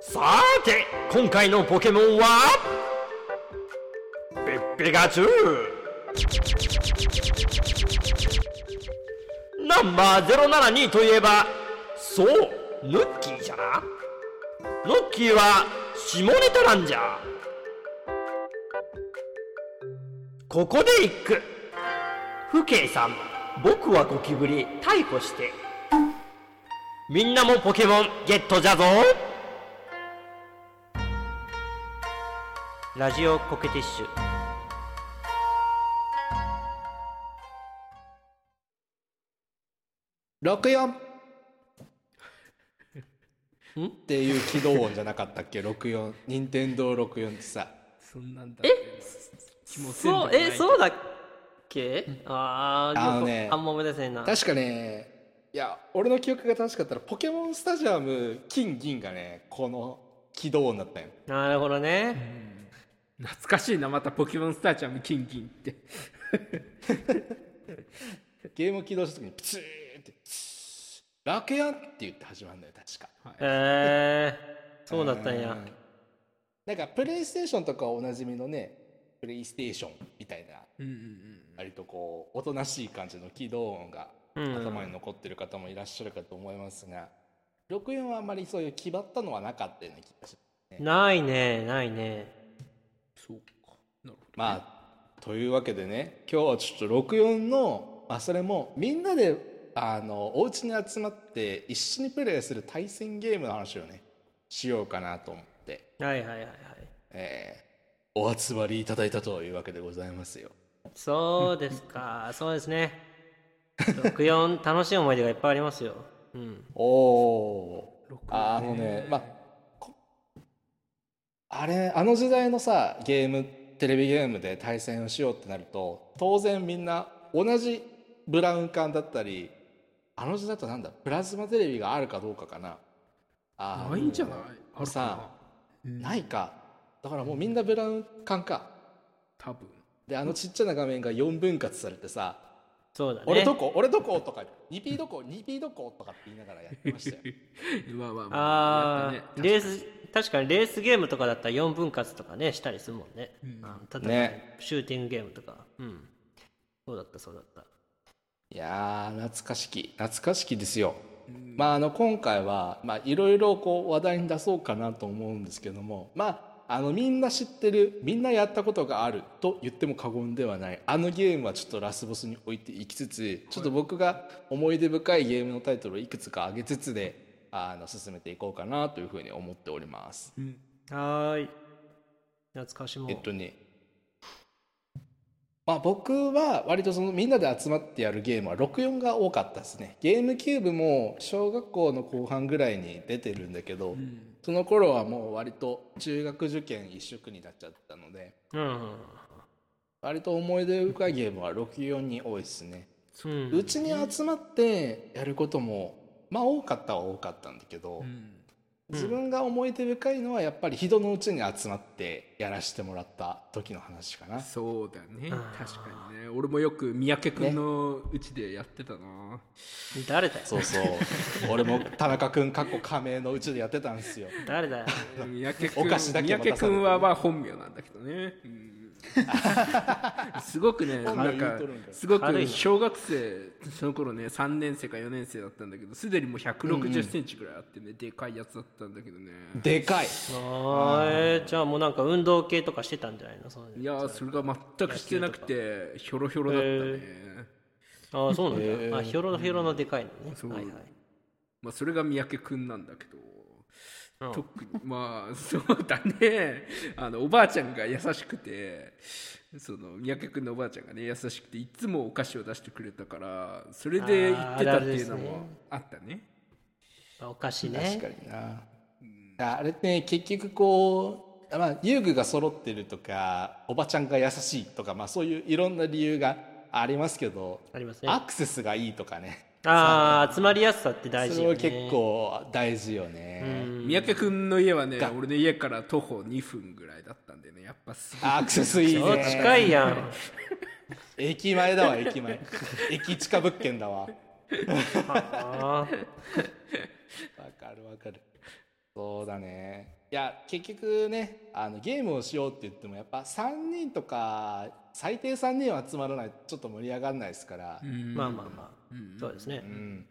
さーて今回のポケモンはペッペガチュナンバー072といえばそうヌッキーじゃなヌッキーは下ネタなんじゃここで一句父兄さん僕はゴキブリ逮捕してみんなもポケモンゲットじゃぞラジオコケティッシュ64っていう起動音じゃなかったっけ64任天堂64ってさそんなんだえ気もせんでもそうないえそうだっけあーあのよくねあんま思い出せんな確かねいや俺の記憶が正しかったらポケモンスタジアム金銀がねこの起動音だったよなるほどね懐かしいなまたポケモンスターちゃんもキンキンってゲーム起動した時にプツーってプツーラケアンって言って始まるんだよ確かえー、そうだったんやんなんかプレイステーションとかおなじみのねプレイステーションみたいなうんうんうん割とこうおとなしい感じの起動音がうん頭に残ってる方もいらっしゃるかと思いますが、64はあまりそういう気張ったのはなかったような気がしますないねないねそうかなるほどまあというわけでね今日はちょっと64の、まあ、それもみんなであのお家に集まって一緒にプレイする対戦ゲームの話をねしようかなと思って、はいはいはいはいえーお集まりいただいたというわけでございますよ。そうですかそうですね64楽しい思い出がいっぱいありますようんおー六ああのねまあこあれあの時代のさゲームテレビゲームで対戦をしようってなると当然みんな同じブラウン管だったりあの時代だとなんだプラズマテレビがあるかどうかかなあーないんじゃないもうあるかさなうんないかだからもうみんなブラウン管か 多分であのちっちゃな画面が4分割されてさそうだね「俺どこ俺どこ?」とか「2P どこ 2P どこ?」とかって言いながらやってましたようわうわうわあやっーたレース確かにレースゲームとかだったら4分割とかねしたりするもんね、あの例えばねシューティングゲームとか、うん、そうだったそうだったいやー懐かしき懐かしきですよ、まああの今回はまあいろいろこう話題に出そうかなと思うんですけどもまああのみんな知ってるみんなやったことがあると言っても過言ではないあのゲームはちょっとラスボスに置いていきつつちょっと僕が思い出深いゲームのタイトルをいくつか挙げつつであの進めていこうかなというふうに思っております。うんはーい懐かしもう、えっとねまあ僕は割とそのみんなで集まってやるゲームは64が多かったですねゲームキューブも小学校の後半ぐらいに出てるんだけど、うんその頃はもう割と中学受験一色になっちゃったのでうん割と思い出深いゲームは64に多いですねうんうちに集まってやることもまあ多かったは多かったんだけど、うん自分が思い出深いのはやっぱり人のうちに集まってやらせてもらった時の話かなそうだねあー確かにね俺もよく三宅君のうちでやってたな誰だよそうそう俺も田中君かっこ仮名のうちでやってたんですよ誰だよ三宅君お菓子だけ三渡されて宅君はまあ本名なんだけどね、うん すごくねな本名ん言かうとるんかすご軽いくな小学生その頃ね3年生か4年生だったんだけどすでにもう1 6 0ンチぐらいあってね、でかいやつだったんだけどねでかいあーえーじゃあもうなんか運動系とかしてたんじゃないのそういういやーそれが全くしてなくてひょろひょろだったね、ああそうなんだ、へーあひょろひょろのでかいのね、そうはいはいまあ、それが三宅君なんだけどうん特にまあそうだねあのおばあちゃんが優しくてその三宅君のおばあちゃんがね優しくていつもお菓子を出してくれたからそれで行ってたっていうのもあったねあお菓子確ねかにな、あれね結局こう、まあ、遊具が揃ってるとかおばちゃんが優しいとか、まあ、そういういろんな理由がありますけどありますねアあクセスがいいとかねあー集まりやすさって大そ事れよ、はね、結構大事よね、三宅君の家はね俺の家から徒歩2分ぐらいだったんでねやっぱすごいアクセスい いあね近いやん駅前だわ駅前駅地下物件だわあーわかるわかるそうだね。いや、結局ね、あの、ゲームをしようって言っても、やっぱ3人とか、最低3人は集まらないとちょっと盛り上がらないですから、まあまあまあ、うんそうですうね。ん。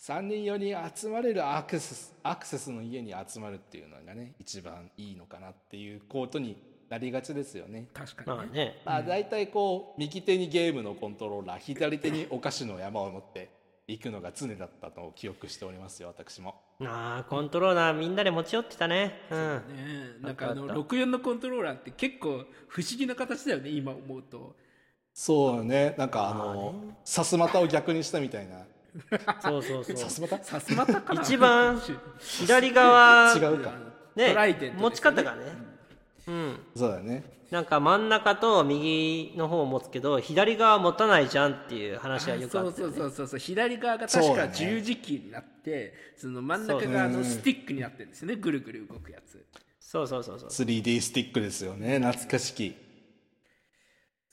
3人4人集まれるアクセス、アクセスの家に集まるっていうのがね、一番いいのかなっていうことになりがちですよね。確まかあにねね、まあ、大体こう、右手にゲームのコントローラー、左手にお菓子の山を持って行くのが常だったのを記憶しておりますよ、私も。ああ、コントローラーみんなで持ち寄ってたね。うん。ねえなんかあのあったあっ64のコントローラーって結構不思議な形だよね今思うとそうだね。なんかあの、さすまたを逆にしたみたいな。そうそうそさすう。またさすまたかな一 番違左側、違うか。ねトライデントですよね持ち方がね。うん。そうだね。なんか真ん中と右の方を持つけど、左側持たないじゃんっていう話はよくあそっうて、そね。うそうそうそう左側がそ確うだかね十字キーになってそ,、の真ん中があのスティックになってるんですよねぐるぐる動くやつそうそうそうそう。 3D スティックですよね。懐かしき。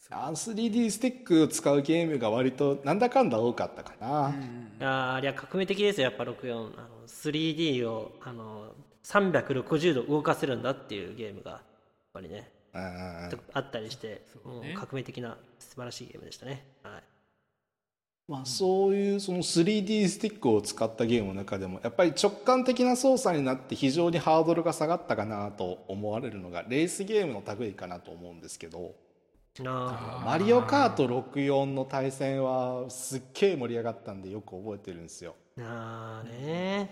あの 3D スティックを使うゲームが割となんだかんだ多かったかな。あーあれは革命的ですよやっぱ64あの 3D をあの360度動かせるんだっていうゲームがやっぱりね、うんうんうんあったりしてうねもう革命的な素晴らしいゲームでしたね、はい、まあそういうその 3D スティックを使ったゲームの中でもやっぱり直感的な操作になって非常にハードルが下がったかなと思われるのがレースゲームの類かなと思うんですけど。なあマリオカート64の対戦はすっげえ盛り上がったんでよく覚えてるんですよ。なあね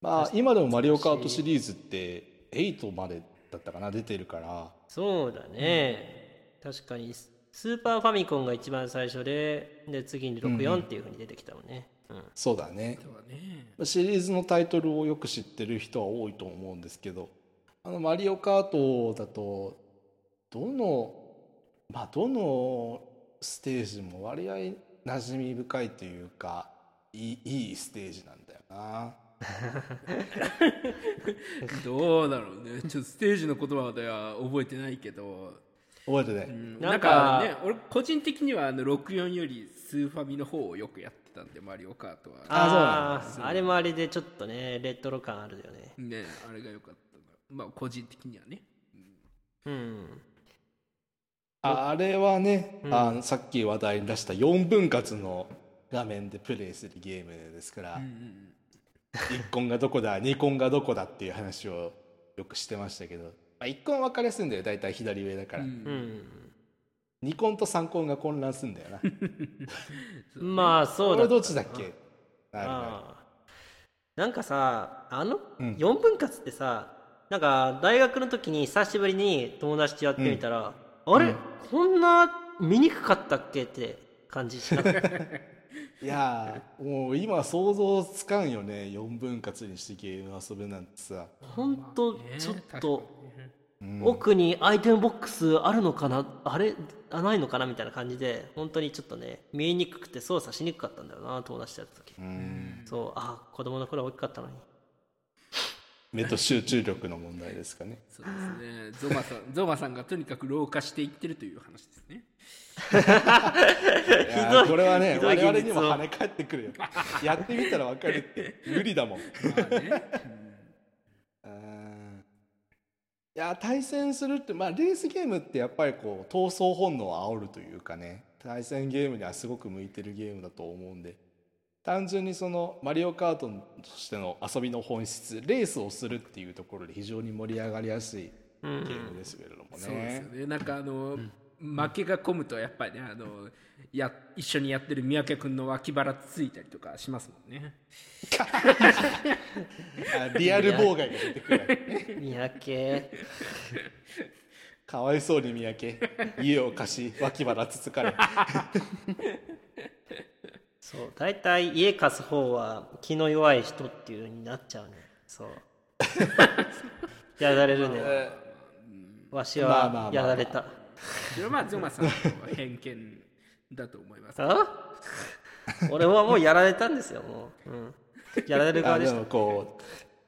まあ今でもマリオカートシリーズって8までだったかな出てるから。そうだね、確かにススーパーファミコンが一番最初でで次に64っていうふうに出てきたもんね、うんそうだね。そうだねシリーズのタイトルをよく知ってる人は多いと思うんですけど、あのマリオカートだと、どの、まあどのステージも割合馴染み深いというか、いいいいステージなんだよな。 どうだろうねちょっとステージの言葉では覚えてないけど、覚えてない。うんななんんかかね俺個人的にはあの64よりスーファミの方をよくやってたんでマリオカートはああーあれもあれでちょっとねレトロ感あるよねねあれが良かったなまあ個人的にはねうんああれはね、うんあのさっき話題に出した4分割の画面でプレイするゲームですから、うんうん1コンがどこだ2コンがどこだっていう話をよくしてましたけど、まあ、1コン分かりやすいんだよ大体左上だから、ううんん2コンと3コンが混乱するんだよ なまあそこうだれったどっちだっけなるなるあーなんかさあのうん4分割ってさ、なんか大学の時に久しぶりに友達とやってみたら、あれ、うんこんな見にくかったっけって感じしなかったいやーもう今想像つかんよね4分割にしてゲーム遊ぶなんてさ、ほんとねちょっ確かとにねうん奥にアイテムボックスあるのかなあれあないのかなみたいな感じで本当にちょっとね見えにくくて操作しにくかったんだよな友達とやった時、うんそうあ子供の頃は大きかったのに目と集中力の問題ですかねそうですねゾマさんゾマさんがとにかく老化していってるという話ですねいやひどいこれはねひどい我現実を々にも跳ね返ってくるよやってみたらわかるって無理だもんまあね うんいや対戦するってまあレースゲームってやっぱりこう闘争本能を煽るというかね対戦ゲームにはすごく向いてるゲームだと思うんで単純にそのマリオカートとしての遊びの本質レースをするっていうところで非常に盛り上がりやすいゲームですけれどもそうですねよ。ねなんかあの、負けが込むとやっぱりねあのや一緒にやってる三宅君の脇腹ついたりとかしますもんねあリアル妨害が出てくるわけね三宅かわいそうに三宅 家を貸し脇腹つつかれそう大体家貸す方は気の弱い人っていう風になっちゃうねそう やられるねわしまあまあまはあやられたそれはまあゾマさんの偏見だと思いますあ 俺はもうやられたんですよもう、うん、やられる側あででしたもこ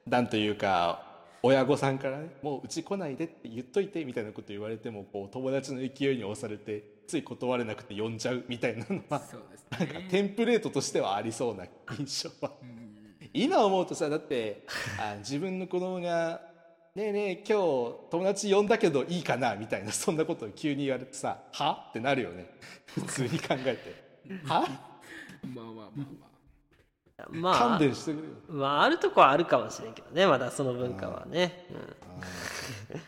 うなんというか親御さんから、ね「もううち来ないで」って言っといてみたいなこと言われてもこう友達の勢いに押されてつい断れなくて呼んじゃうみたいなのはそうですなんかねテンプレートとしてはありそうな印象は今思うとさだってあ自分の子供が「ねえねえ今日友達呼んだけどいいかな」みたいなそんなことを急に言われてさ「は?」ってなるよね普通に考えて「は?まあまあまあまあま」勘あ弁してくれよまああるとこはあるかもしれんけどねまだその文化はね、うん、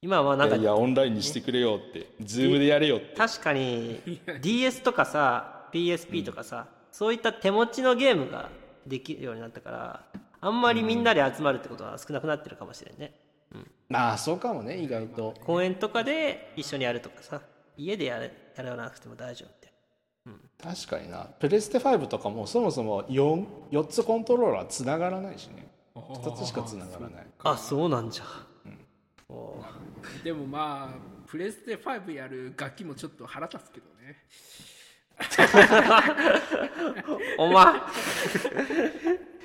今はなんいやかいやオンラインにしてくれよってズームでやれよって確かに DS とかさ PSP とかさ、そういった手持ちのゲームができるようになったからあんまりみんなで集まるってことは少なくなってるかもしれんね、まあそうかもね意外と公園とかで一緒にやるとかさ家でやれやらなくても大丈夫って確かになプレステ5とかもそもそも 4, 4つコントローラーつながらないしね2つしかつながら ないあそうなんじゃ、おーでもまあプレステ5やる楽器もちょっと腹立つけどねお前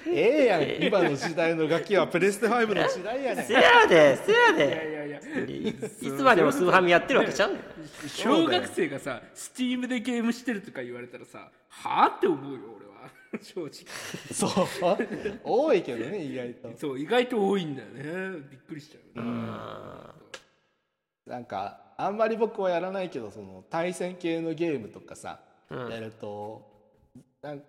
ええやん今の時代の楽器はプレステ5の時代 やねんせやでせやいでやいやいやいいつまでもスーハミやってるわけちゃうんだよ小学生がさ Steam でゲームしてるとか言われたらさはあって思うよ俺は 正直そう 多いけどね意外とそう意外と多いんだよねびっくりしちゃうよね、なんかあんまり僕はやらないけどその対戦系のゲームとかさ、やるとなん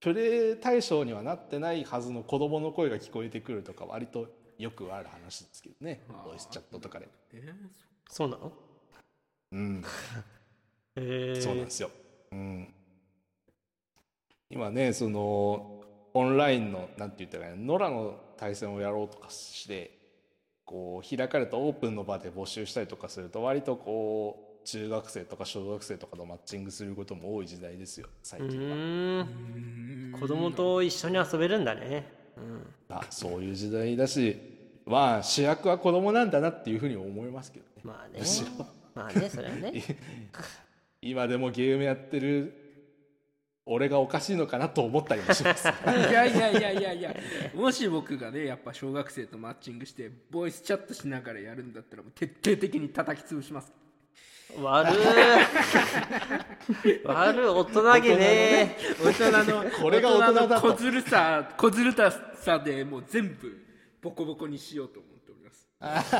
プレイ対象にはなってないはずの子供の声が聞こえてくるとか割とよくある話ですけどねボイスチャットとかでえそうなのうんへえそうなんですよ、うん、今ねそのオンラインのなんて言ったらいいの野良の対戦をやろうとかしてこう開かれたオープンの場で募集したりとかすると割とこう中学生とか小学生とかとマッチングすることも多い時代ですよ最う近は、ーーうんん子供と一緒に遊べるんだねまあ、そういう時代だしまあ主役は子供なんだなっていうふうに思いますけどねまあねむしろまあねそれはね今でもゲームやってる俺がおかしいのかなと思ったりもし ますいやいやいやいやいやもし僕がねやっぱ小学生とマッチングしてボイスチャットしながらやるんだったらもう徹底的に叩き潰します悪い悪い大人げね大人のこれが大人だとの小ずるさ小ずるたさでもう全部ボコボコにしようと思っております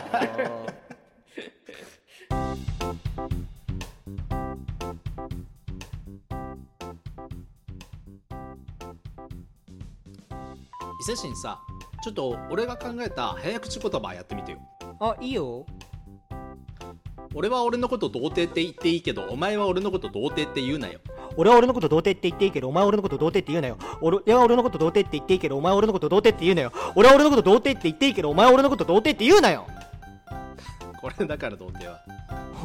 伊勢神さちょっと俺が考えた早口言葉やってみてよあいいよ俺は俺のこと童貞って言っていいけどお前は俺のこと童貞って言うなよ俺は俺のこと童貞って言っていいけどお前は俺のこと童貞って言うなよ俺は俺のこと童貞って言っていいけどお前は俺のこと童貞って言うなよ俺は俺のこと童貞って言っていいけどお前は俺のこと童貞って言うなよこれだから童貞は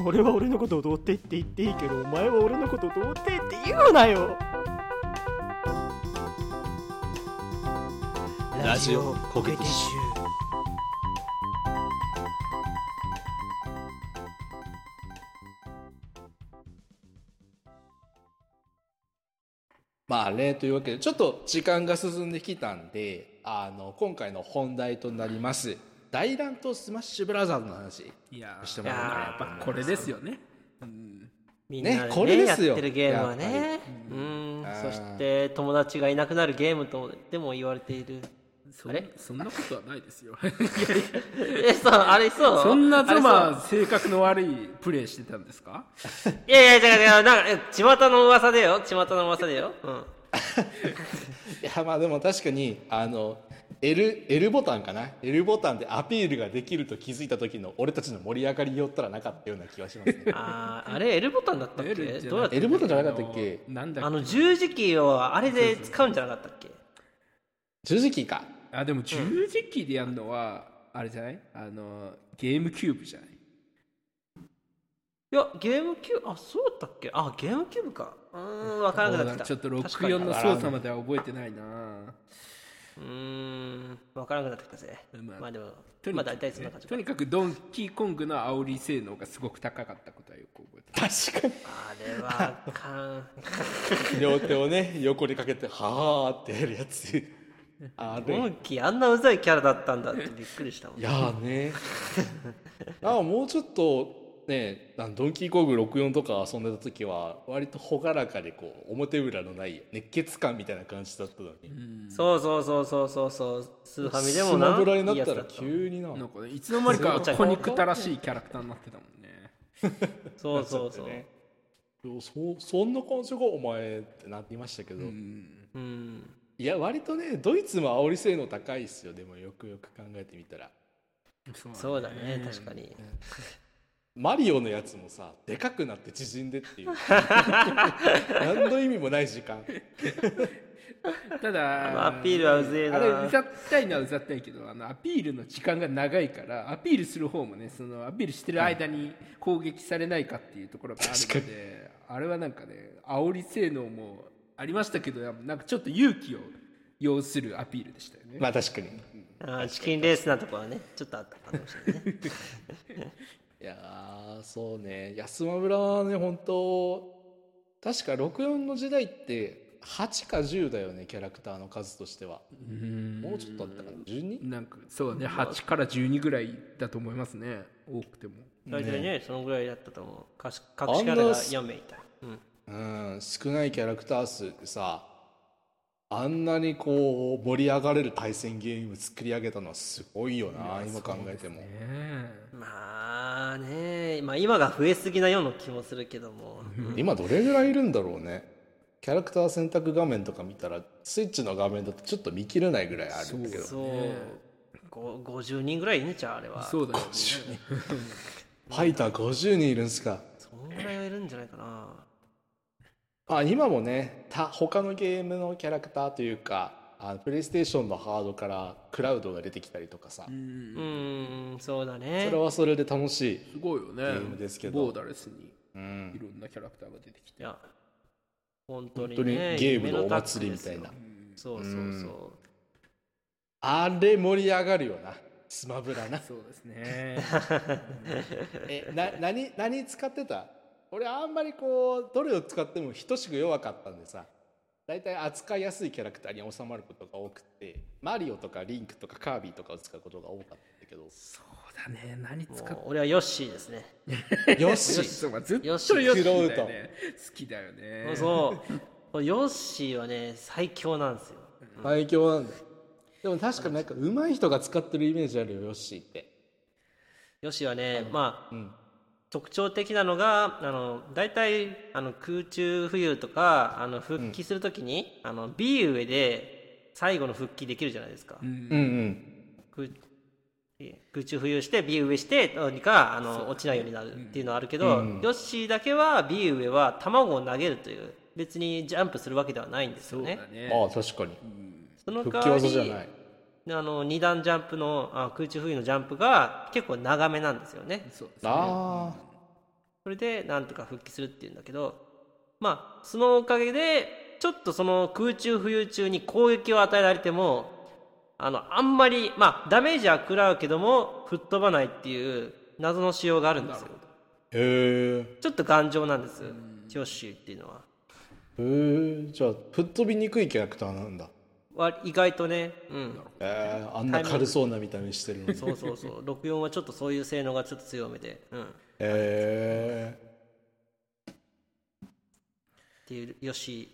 俺は俺のことを童貞って言っていいけどお前は俺のこと童貞って言うなよラジオコケティッシまあねというわけでちょっと時間が進んできたんであの今回の本題となります大乱闘スマッシュブラザーズの話いやしてーもらおうかなやっぱこれですよね、うん、みんなでねねこれですよやってるゲームはやねうんあーそして友達がいなくなるゲームとでも言われているそあれそんなことはないですよ えそうあれそうそんなあれゾマ性格の悪いプレイしてたんですかそういやいや違う違うなんかえ巷の噂でよ巷の噂でようんいやまあでも確かにあの L, L ボタンかな L ボタンでアピールができると気づいた時の俺たちの盛り上がりよったらなかったような気がします ねあーあれ L ボタンだったっけ L じゃないどうやって L ボタンじゃなかったっけあのなんだっけあの十字キーをあれで使うんじゃなかったっけ十字キーかあでも十字キーでやるのは、あれじゃないあのゲームキューブじゃないいやゲームキューブあそうだったっけあゲームキューブかうーん分からなくなってきたちょっと確かに64の操作までは覚えてないなうーん分からなくなってきたぜ、ままああ、でもとにまあかく大体そんな感じとにかくドンキーコングの煽り性能がすごく高かったことはよく覚えて確るかあれはあかんに両手をね横にかけてはーってやるやつあれドンキあんなうざいキャラだったんだってびっくりしたもんいやーねああもうちょっとねあのドンキーコング64とか遊んでた時は割と朗らかでこう表裏のない熱血感みたいな感じだったのに、そうそうそうそうそうそうスーファミでスもなマブラにないいやっつただらった急にななんかねいつの間にかそう小憎たらしいキャラクターになってたもんねそうそうそう、そうそうそんな感じがお前ってなっていましたけど、うんうんいや割とねドイツも煽り性能高いですよでもよくよく考えてみたらそうだね確かにマリオのやつもさでかくなって縮んでって いう何の意味もない時間ただあのアピールはうぜえなあれうざったいのはうざったいけどあのアピールの時間が長いからアピールする方もねそのアピールしてる間に攻撃されないかっていうところがあるのであれはなんかね煽り性能もありましたけどなんかちょっと勇気を要するアピールでしたよね、まあ確かにあーチキンレースなとこはねちょっとあったかもしれないねいやーそうねいやスマブラはね本当確か64の時代って8か10だよねキャラクターの数としてはうんもうちょっとあったかな 12? なんかそうね8から12ぐらいだと思いますね多くても大体ねそのぐらいだったと思うかしんな隠しキャラが4名いたうんうん少ないキャラクター数ってさあんなにこう盛り上がれる対戦ゲーム作り上げたのはすごいよな今考えても、ねえまあね、まあ、今が増えすぎなような気もするけども、今どれぐらいいるんだろうねキャラクター選択画面とか見たらスイッチの画面だとちょっと見切れないぐらいあるんだけどそう、ご50人ぐらいいるんちゃうあれはそそうだよねファイター50人いるんすかんぐらいはいるんじゃないかなまあ今もね他他のゲームのキャラクターというかあプレイステーションのハードからクラウドが出てきたりとかさ、うーんそうだねそれはそれで楽しいすごいよねームですけどボーダレスにうんいろんなキャラクターが出てきていや本当に,、本当にね、ゲームのお祭りみたいな夢のタッグですよそうそうそうあれ盛り上がるよ なスマブラなそうですねえな何何使ってた俺あんまりこうどれを使っても等しく弱かったんでさ大体扱いやすいキャラクターに収まることが多くてマリオとかリンクとかカービィとかを使うことが多かったんだけどそうだね何使もう俺はヨッシーですね よてしそうずっとヨよッしシーだよね好きだよねそうこれヨッシーはね最強なんですよ最強なんだよでも確かになんか上手い人が使ってるイメージあるよヨッシーってヨッシーはねまあ、ん特徴的なのがあの大体あの空中浮遊とかあの復帰するときに、あの B 上で最後の復帰できるじゃないですか、うんうん空空中浮遊して B 上してどうにかあの落ちないようになるっていうのはあるけど、ヨッシーだけは B 上は卵を投げるという別にジャンプするわけではないんですよそうねだ。ねああ確かにその復代帰わ技じゃりないあの二段ジャンプのあ空中浮遊のジャンプが結構長めなんですよね。そうですねああそれでなんとか復帰するっていうんだけどまあそのおかげでちょっとその空中浮遊中に攻撃を与えられてもあのあんまりまあダメージは食らうけども吹っ飛ばないっていう謎の仕様があるんですよへえちょっと頑丈なんですヨッシーっていうのはへえじゃあ吹っ飛びにくいキャラクターなんだわ意外とねうんえー、あんな軽そうな見た目してるのにそうそうそう 64はちょっとそういう性能がちょっと強めでうんっえていうヨッシー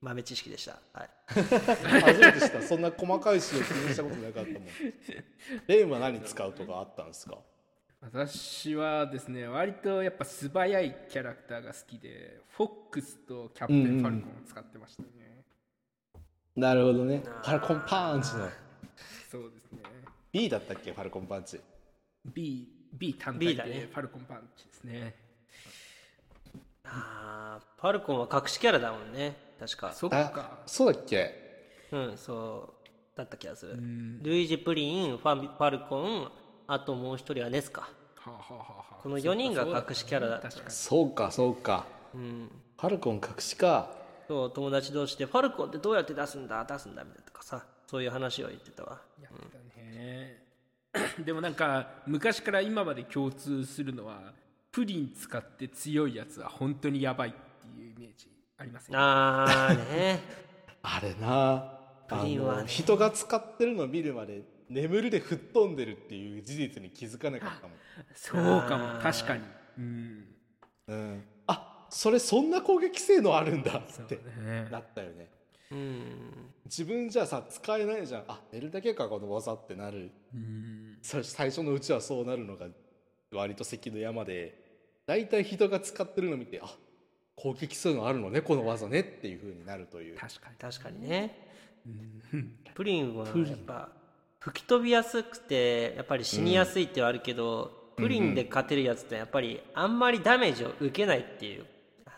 豆知識でしたはいー、初めてしたそんな細かい仕様気にしたことなかったもんレイは何使うとかあったんですか私はですね割とやっぱ素早いキャラクターが好きでフォックスとキャプテンファルコンを使ってましたね、なるほどねファルコンパンチのそうですね B だったっけファルコンパンチ B, B 単 B 体だでねファルコンパンチですねあーパルコンは隠しキャラだもんね確かそっあかそうだっけうん、そうだった気がする。ルイージ・プリン、ファミファルコン、あともう一人はネスか。はあはあはあはあこの4人が隠しキャラだった。確かにそうかそうか、ファルコン隠しかそう、友達同士で、ファルコンってどうやって出すんだ、出すんだ、みたいなとかさ、そういう話を言ってたわ。やってたね、でもなんか昔から今まで共通するのはプリン使って強いやつは本当にやばいっていうイメージありますねあーね。あれなあプリンはねの人が使ってるの見るまで眠るで吹っ飛んでるっていう事実に気づかなかったもんそうかも確かにうんうん、あそれそんな攻撃性能あるんだそっうてねなったよねうん自分じゃさ使えないじゃんあ寝るだけかこの技ってなるうんさ最初のうちはそうなるのが割と関の山で大体人が使ってるの見てあ攻撃性能あるのねこの技ねっていう風になるという 確かに確かにねうんプリンはやっぱ吹き飛びやすくてやっぱり死にやすいってはあるけど、プリンで勝てるやつってやっぱりあんまりダメージを受けないっていう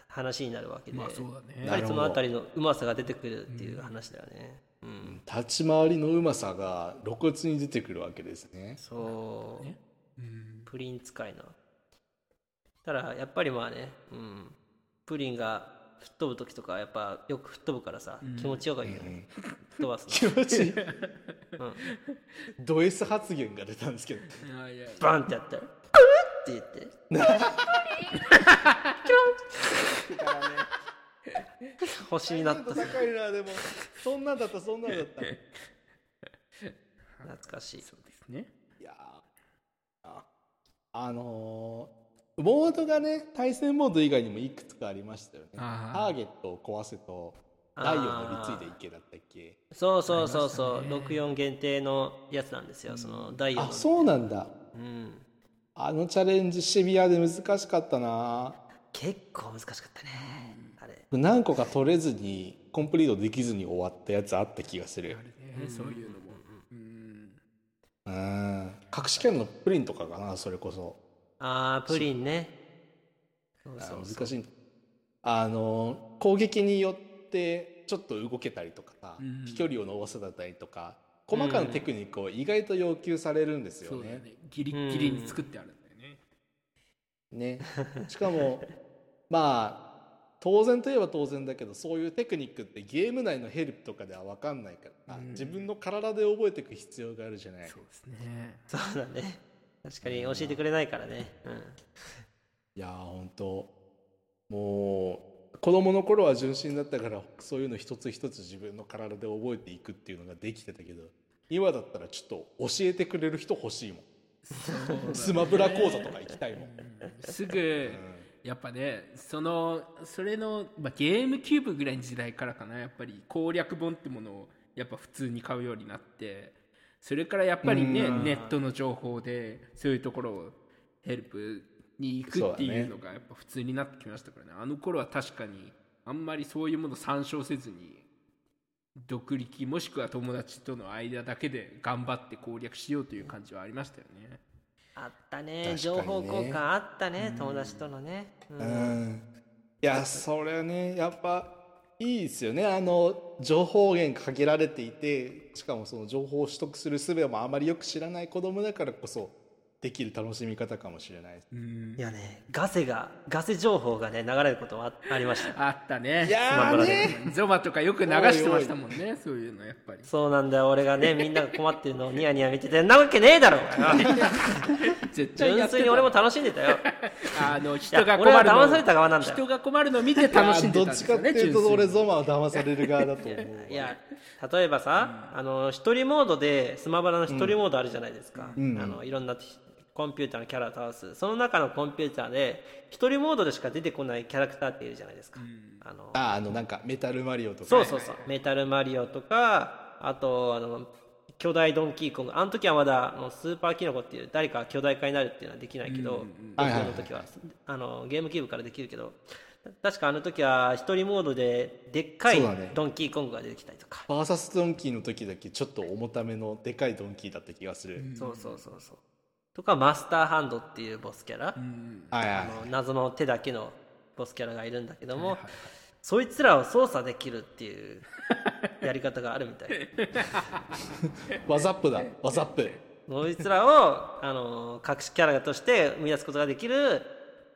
話になるわけで、まあそうだやっぱなねりそのあたりのうまさが出てくるっていう話だよねうん、立ち回りのうまさが露骨に出てくるわけですねそう、ねうんプリン使いなただやっぱりまあね、うん、プリンが吹っ飛ぶ時とかやっぱよく吹っ飛ぶからさ、気持ちよかったよね、吹っ飛ばすの気持ちいい、ド S 発言が出たんですけどいやいやバンってやったら「うっ!」って言って 星になっ高たいなでもそんなんだったそんなんだったい懐かしいそうですねやーああのーモードがね対戦モード以外にもいくつかありましたよねタあーーゲットを壊せとダイを乗り継いでいけだったっけそうそうそうそう、64限定のやつなんですよそのダイヤあのそうなんだうんあのチャレンジシビアで難しかったな結構難しかったねあれ何個か取れずにコンプリートできずに終わったやつあった気がするあるねそういうのもうんうん隠し剣のプリンとかかなそれこそあープリンねそうあそうそう難しいあの攻撃によってちょっと動けたりとかさ、うん飛距離を伸ばせたりとか細かなテクニックを意外と要求されるんですよそうだよね。ねギリギリに作ってあるんだよねねしかも まあ当然といえば当然だけどそういうテクニックってゲーム内のヘルプとかでは分かんないから、うん自分の体で覚えていく必要があるじゃない。そうですねそうだね確かに教えてくれないからねうんいやー本当もう子供の頃は純真だったからそういうの一つ一つ自分の体で覚えていくっていうのができてたけど今だったらちょっと教えてくれる人欲しいもん、スマブラ講座とか行きたいもん、すぐやっぱねそのそれの、まあ、ゲームキューブぐらいの時代からかなやっぱり攻略本ってものをやっぱ普通に買うようになってそれからやっぱりねうんネットの情報でそういうところをヘルプに行くっていうのがやっぱ普通になってきましたからねあの頃は確かにあんまりそういうもの参照せずに独立もしくは友達との間だけで頑張って攻略しようという感じはありましたよね。あった確かにねね情報交換あったね友達とのね、うんうんいやそれはねやっぱいいですよねあの情報源限られていてしかもその情報を取得する術もあまりよく知らない子供だからこそできる楽しみ方かもしれないうんいやねガセがガセ情報がね流れることもあありましたあったね。いやーねゾマとかよく流してましたもんね、そういうのやっぱり。 そうなんだよ俺がねみんなが困ってるのをニヤニヤ見ててんなわけねえだろ 絶対や純って粋にた俺も楽しんでたよあの人が俺困はるの騙された側なんだよ人が困るのを見て楽しんでたどんでっちすかよってね。いうと俺純粋にゾマは騙される側だと思うわいや例えばさ、あの一人モードでスマブラの一人モードあるじゃないですか、んあのいろんなコンピューターのキャラを倒すその中のコンピューターで一人モードでしか出てこないキャラクターっているじゃないですか、あのああのなんかメタルマリオとかそうそうそう、メタルマリオとかあとあの巨大ドンキーコングあの時はまだあのスーパーキノコっていう誰かが巨大化になるっていうのはできないけど、僕らの時はあのゲームキューブからできるけど確かあの時は一人モードででっかいそうだねドンキーコングが出てきたりとかバーサスドンキーの時だけちょっと重ためのでかいドンキーだった気がする、そう,、そうそうそうとかマスターハンドっていうボスキャラ、はいはいあの謎の手だけのボスキャラがいるんだけども、そいつらを操作できるっていうやり方があるみたい ワザップだワザップそいつらを、あの隠しキャラとして生み出すことができる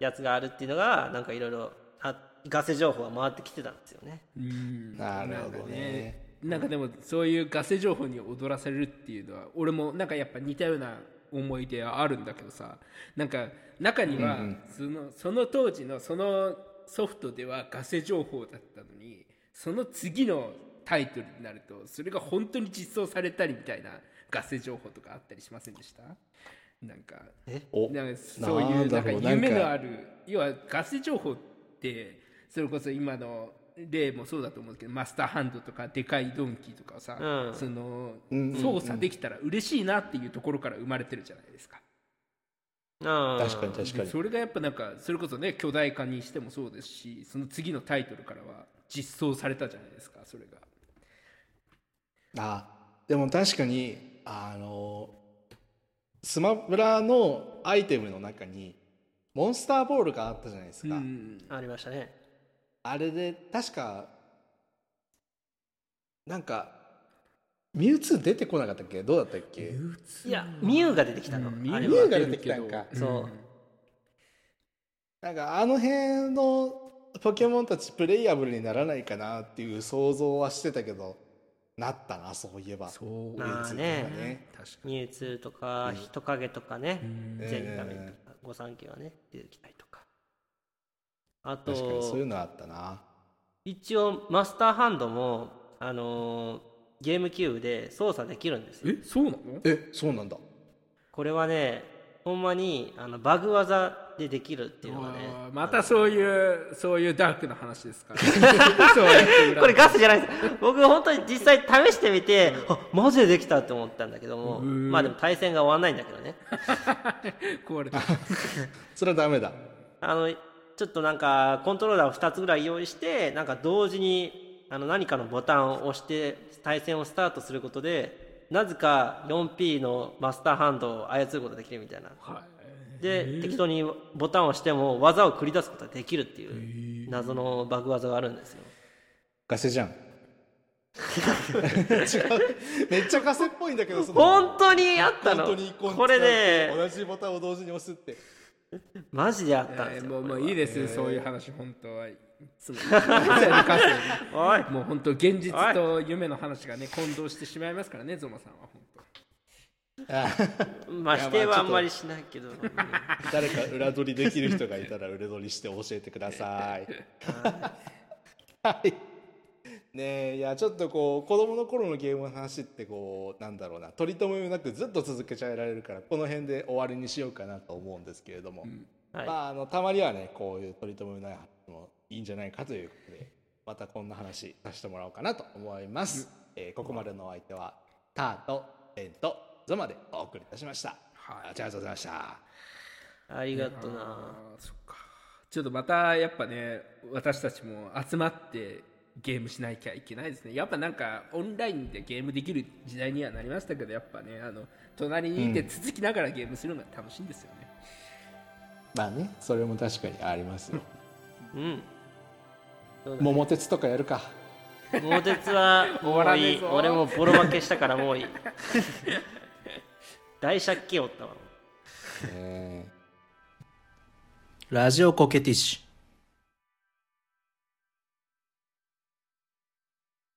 やつがあるっていうのがなんかいろいろあガセ情報が回ってきてたんですよねうんなるほどねなんかでもそういうガセ情報に踊らされるっていうのは俺もなんかやっぱ似たような思い出はあるんだけどさなんか中にはそのその当時のそのソフトではガセ情報だったのにその次のタイトルになるとそれが本当に実装されたりみたいなガセ情報とかあったりしませんでしたなんかおなんかそういなうんだなんかろう夢なんのかある要はガセ情報ってそれこそ今の例もそうだと思うんですけどマスターハンドとかでかいドンキとかをさ、うんそのうん操作できたら嬉しいなっていうところから生まれてるじゃないですか。確かに確かでにそれがやっぱなんかそれこそね巨大化にしてもそうですしその次のタイトルからは実装されたじゃないですかそれが。あでも確かにあのスマブラのアイテムの中にモンスターボールがあったじゃないですか、うんありましたねあれで確かなんかミュウツー出てこなかったっけどうだったっけいやミュウが出てきたの、うんあれミュはウが出てきたんかそうなんかあの辺のポケモンたちプレイヤブルにならないかなっていう想像はしてたけどなったなそういえばそうミュウツーとかね確かにミュウツーとか人影とかね、んゼニガメとか御三家はね出てきたりとかあと確かにそういうのあったな一応マスターハンドもあのーゲームキューブで操作できるんですよえそうなのえそうなんだこれはねほんまにあのバグ技でできるっていうのがねあーまたそういうそういうダークな話で すからそうやって裏これガスじゃないです僕本当に実際試してみてあマジでできたって思ったんだけどもまあでも対戦が終わんないんだけどね壊れたそれはダメだあのちょっとなんかコントローラーを2つぐらい用意してなんか同時にあの何かのボタンを押して対戦をスタートすることでなぜか 4P のマスターハンドを操ることができるみたいなで適当にボタンを押しても技を繰り出すことができるっていう謎のバグ技があるんですよガセじゃん違うめっちゃガセっぽいんだけどその本当にあったの本当にここれね同じボタンを同時に押すってマジであったんでえすーよもうこれもはういいですよそういう話本当はい つもいつもガセおいもう本当現実と夢の話がね混同してしまいますからねゾマさんは本当まあいや否ま定あちはあょっとんまりしないけど誰か裏取りできる人がいたら裏取りして教えてください。はい。ねえいやちょっとこう子供の頃のゲームの話ってこうなんだろうな取り留めもなくずっと続けちゃえられるからこの辺で終わりにしようかなと思うんですけれども、はいまああのたまにはねこういう取り留めもない話もいいんじゃないかということでまたこんな話させてもらおうかなと思います。えーここまでのお相手はターとエンとゾマでお送りいたしました。はいありがとうございました。ありがとうなあーそっかちょっとまたやっぱね私たちも集まってゲームしなきゃいけないですねやっぱなんかオンラインでゲームできる時代にはなりましたけどやっぱねあの隣にいて続きながらゲームするのが楽しいんですよね、まあね、それも確かにありますよ。うんそうだね桃鉄とかやるか。桃鉄は終もわらうねいえいぞ俺もボロ負けしたからもういい 大借金おったわえーラジオコケティッシュ